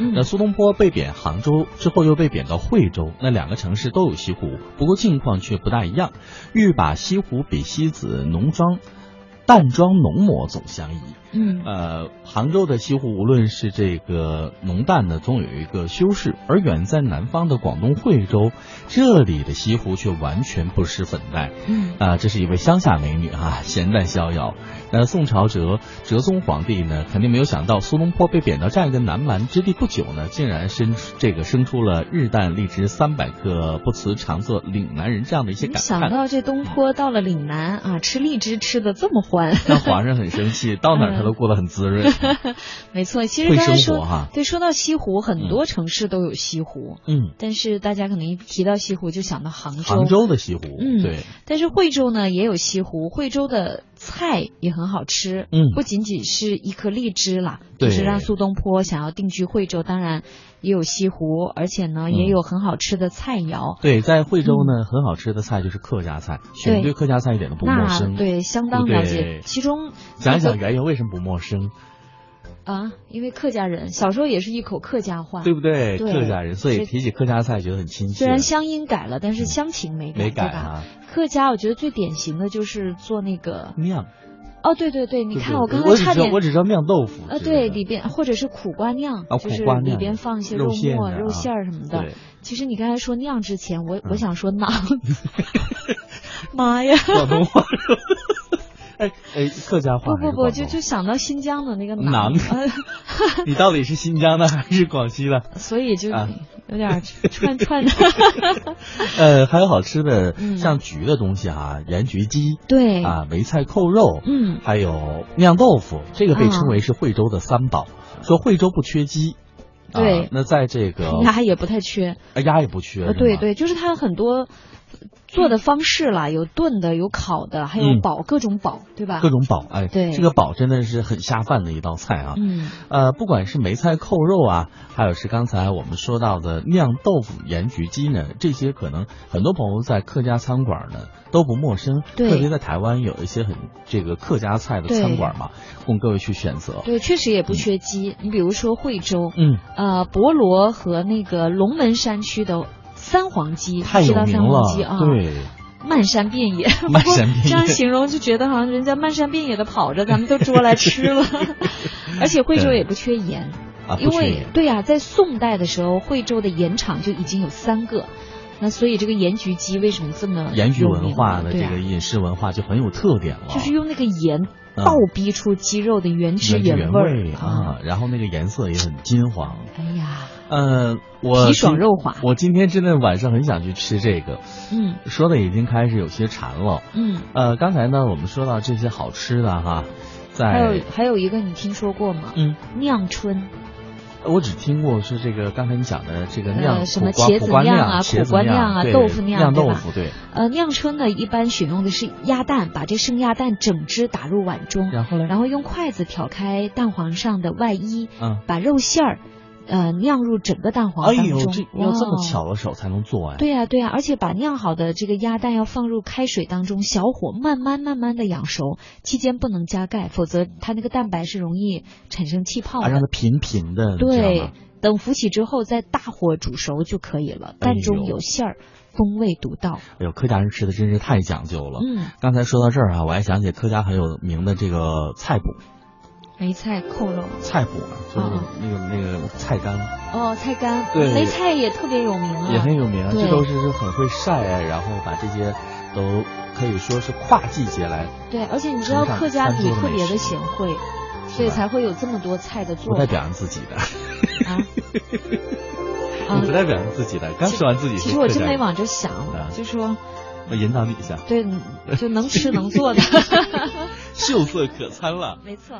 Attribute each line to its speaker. Speaker 1: 嗯
Speaker 2: 那苏东坡被贬杭州之后，又被贬到惠州，那两个城市都有西湖，不过境况却不大一样。欲把西湖比西子浓妆，淡妆浓抹总相宜。
Speaker 1: 嗯
Speaker 2: 呃，杭州的西湖无论是这个浓淡呢，总有一个修饰；而远在南方的广东惠州，这里的西湖却完全不施粉黛。
Speaker 1: 嗯
Speaker 2: 啊、这是一位乡下美女啊，闲淡逍遥。那宋朝哲哲宗皇帝呢，肯定没有想到苏东坡被贬到这样一个南蛮之地不久呢，竟然生出这个生出了“日啖荔枝三百颗，不辞长作岭南人”这样的一些
Speaker 1: 没
Speaker 2: 感
Speaker 1: 想
Speaker 2: 叹。
Speaker 1: 到这东坡到了岭南啊，吃荔枝吃的这么欢。
Speaker 2: 让皇上很生气，到哪儿他都过得很滋润。
Speaker 1: 没错，其实
Speaker 2: 会
Speaker 1: 刚才
Speaker 2: 生
Speaker 1: 说
Speaker 2: 活哈
Speaker 1: 对，说到西湖，很多城市都有西湖，
Speaker 2: 嗯，
Speaker 1: 但是大家可能一提到西湖就想到杭州。
Speaker 2: 杭州的西湖，
Speaker 1: 嗯
Speaker 2: 对，
Speaker 1: 但是惠州呢也有西湖，惠州的菜也很好吃，
Speaker 2: 嗯
Speaker 1: 不仅仅是一颗荔枝啦，
Speaker 2: 对
Speaker 1: 就是让苏东坡想要定居惠州，当然也有西湖，而且呢
Speaker 2: 嗯
Speaker 1: 也有很好吃的菜肴。
Speaker 2: 对，在惠州
Speaker 1: 嗯
Speaker 2: 呢，很好吃的菜就是客家菜，雪人对客家菜一点都不陌生。
Speaker 1: 那对相当了解
Speaker 2: 对，
Speaker 1: 其中
Speaker 2: 想一想缘由为什么不陌生，
Speaker 1: 啊，因为客家人小时候也是一口客家话，
Speaker 2: 对不对？
Speaker 1: 啊对
Speaker 2: 客家人，所以提起客家菜觉得很亲切。啊
Speaker 1: 虽然乡音改了，但是乡情没改，
Speaker 2: 没改
Speaker 1: 对吧？
Speaker 2: 啊，
Speaker 1: 客家我觉得最典型的就是做那个，
Speaker 2: 酿。
Speaker 1: 哦，对对对，你
Speaker 2: 嗯对
Speaker 1: 看
Speaker 2: 对
Speaker 1: 我
Speaker 2: 对
Speaker 1: 刚才
Speaker 2: 只
Speaker 1: 差
Speaker 2: 知道
Speaker 1: 点
Speaker 2: 我。只知道酿豆腐之类的。
Speaker 1: 啊，对，里边或者是苦瓜酿，
Speaker 2: 啊
Speaker 1: 就
Speaker 2: 苦
Speaker 1: 是
Speaker 2: 瓜
Speaker 1: 里
Speaker 2: 酿
Speaker 1: 边放一些
Speaker 2: 肉馅
Speaker 1: 末、
Speaker 2: 的
Speaker 1: 肉
Speaker 2: 啊
Speaker 1: 馅儿什么的
Speaker 2: 对。，
Speaker 1: 其实你刚才说酿之前，我我
Speaker 2: 嗯
Speaker 1: 想说囊， 妈呀！
Speaker 2: 广东话。 哎哎，客家话
Speaker 1: 不
Speaker 2: 还是
Speaker 1: 不不，
Speaker 2: 广
Speaker 1: 就
Speaker 2: 东
Speaker 1: 就想到新疆的那个
Speaker 2: 囊
Speaker 1: 呃
Speaker 2: 你到底是新疆的还是广西的？
Speaker 1: 所以就
Speaker 2: 啊
Speaker 1: 有点儿串串。
Speaker 2: 呃，还有好吃的
Speaker 1: 嗯哎
Speaker 2: 像焗的东西啊，盐焗鸡
Speaker 1: 对，
Speaker 2: 啊，梅菜扣肉，
Speaker 1: 嗯，
Speaker 2: 还有酿豆腐，这个被称为是惠州的三宝。说惠州不缺鸡，啊
Speaker 1: 嗯对
Speaker 2: 那在这个
Speaker 1: 鸭也不太缺。
Speaker 2: 呃鸭也不缺，
Speaker 1: 呃，
Speaker 2: 是
Speaker 1: 对
Speaker 2: 吗，
Speaker 1: 对，就是它有很多做的方式啦，有炖的，有烤的，还有
Speaker 2: 嗯
Speaker 1: 煲，各种煲，对吧
Speaker 2: 各？种宝，哎，
Speaker 1: 对
Speaker 2: 这个宝真的是很下饭的一道菜啊。
Speaker 1: 嗯
Speaker 2: 呃，不管是梅菜扣肉啊，还有是刚才我们说到的酿豆腐、盐焗鸡呢，这些可能很多朋友在客家餐馆呢都不陌生。
Speaker 1: 对
Speaker 2: 特别在台湾有一些很这个客家菜的餐馆嘛，供各位去选择。
Speaker 1: 对，确实也不缺鸡。你比如说惠州，
Speaker 2: 嗯，
Speaker 1: 呃，博罗和那个龙门山区的三黄鸡，
Speaker 2: 太
Speaker 1: 提
Speaker 2: 有
Speaker 1: 到
Speaker 2: 名
Speaker 1: 三
Speaker 2: 了
Speaker 1: 黄鸡，啊，，
Speaker 2: 对，
Speaker 1: 漫山遍野，
Speaker 2: 漫山遍野
Speaker 1: 这样形容就觉得好像人家漫山遍野的跑着，咱们都捉来吃 了。而且惠州也不缺盐，
Speaker 2: 啊，
Speaker 1: 因
Speaker 2: 不缺
Speaker 1: 为
Speaker 2: 盐
Speaker 1: 对呀、在宋代的时候，惠州的盐场就已经有三个，那所以这个盐焗鸡为什么这么
Speaker 2: 盐焗
Speaker 1: 有名
Speaker 2: 文化
Speaker 1: 呢
Speaker 2: 的
Speaker 1: 对
Speaker 2: 这
Speaker 1: 啊
Speaker 2: 个饮食文化就很有特点了，
Speaker 1: 就是用那个盐
Speaker 2: 嗯
Speaker 1: 倒逼出鸡肉的原汁
Speaker 2: 原汁
Speaker 1: 原
Speaker 2: 原
Speaker 1: 味儿
Speaker 2: 味！啊，然后那个颜色也很金黄。
Speaker 1: 哎呀，
Speaker 2: 呃，我
Speaker 1: 皮爽
Speaker 2: 今
Speaker 1: 肉滑，
Speaker 2: 我今天真的晚上很想去吃这个，
Speaker 1: 嗯
Speaker 2: 说的已经开始有些馋了。
Speaker 1: 嗯。
Speaker 2: 呃，刚才呢，我们说到这些好吃的哈，
Speaker 1: 还
Speaker 2: 在
Speaker 1: 有还有一个你听说过吗？
Speaker 2: 嗯，
Speaker 1: 酿春，
Speaker 2: 我只听过是这个刚才你讲的这个酿
Speaker 1: 呃什么
Speaker 2: 苦瓜
Speaker 1: 茄子
Speaker 2: 苦瓜
Speaker 1: 酿
Speaker 2: 酿
Speaker 1: 啊
Speaker 2: 茄
Speaker 1: 苦
Speaker 2: 子
Speaker 1: 瓜酿
Speaker 2: 酿
Speaker 1: 啊
Speaker 2: 对
Speaker 1: 豆腐酿
Speaker 2: 酿
Speaker 1: 对
Speaker 2: 豆
Speaker 1: 吧
Speaker 2: 腐对，
Speaker 1: 呃，酿春呢一般选用的是鸭蛋，把这生鸭蛋整只打入碗中，
Speaker 2: 然后呢，
Speaker 1: 然后用筷子挑开蛋黄上的外衣，
Speaker 2: 嗯，
Speaker 1: 把肉馅儿，呃，酿入整个蛋
Speaker 2: 哎
Speaker 1: 黄当
Speaker 2: 呦，
Speaker 1: 中。
Speaker 2: 这要这么
Speaker 1: 哇
Speaker 2: 巧的手才能做哎，
Speaker 1: 对呀、对呀、而且把酿好的这个鸭蛋要放入开水当中，小火慢慢慢慢的养熟，期间不能加盖，否则它那个蛋白是容易产生气泡
Speaker 2: 啊，让
Speaker 1: 的。
Speaker 2: 它啊平平的，你知道
Speaker 1: 对
Speaker 2: 吗，
Speaker 1: 等浮起之后再大火煮熟就可以了。蛋中有馅儿，风味独到。
Speaker 2: 哎呦，客家人吃的真是太讲究了。
Speaker 1: 嗯，
Speaker 2: 刚才说到这儿啊，我还想起客家很有名的这个菜谱，
Speaker 1: 梅菜扣肉
Speaker 2: 菜谱啊，就是
Speaker 1: 哦
Speaker 2: 那个那个菜干，
Speaker 1: 哦，菜干
Speaker 2: 对
Speaker 1: 梅菜也特别有名啊，
Speaker 2: 也很有名，
Speaker 1: 对
Speaker 2: 这都是是很会晒，啊然后把这些都可以说是跨季节来。
Speaker 1: 对，而且你知道客家
Speaker 2: 很少
Speaker 1: 女
Speaker 2: 餐桌
Speaker 1: 特
Speaker 2: 的美
Speaker 1: 别的
Speaker 2: 食
Speaker 1: 贤惠，所以才会有这么多菜的做
Speaker 2: 不
Speaker 1: 法
Speaker 2: 太表扬自己的，
Speaker 1: 啊。
Speaker 2: 我
Speaker 1: 啊
Speaker 2: 不太表扬自己的。刚说完自己
Speaker 1: 其
Speaker 2: 是
Speaker 1: 实我
Speaker 2: 客家人，
Speaker 1: 真没往这想
Speaker 2: 啊，
Speaker 1: 就说
Speaker 2: 我引导你一下，
Speaker 1: 对，就能吃能做的，
Speaker 2: 秀色可餐了。
Speaker 1: 没错。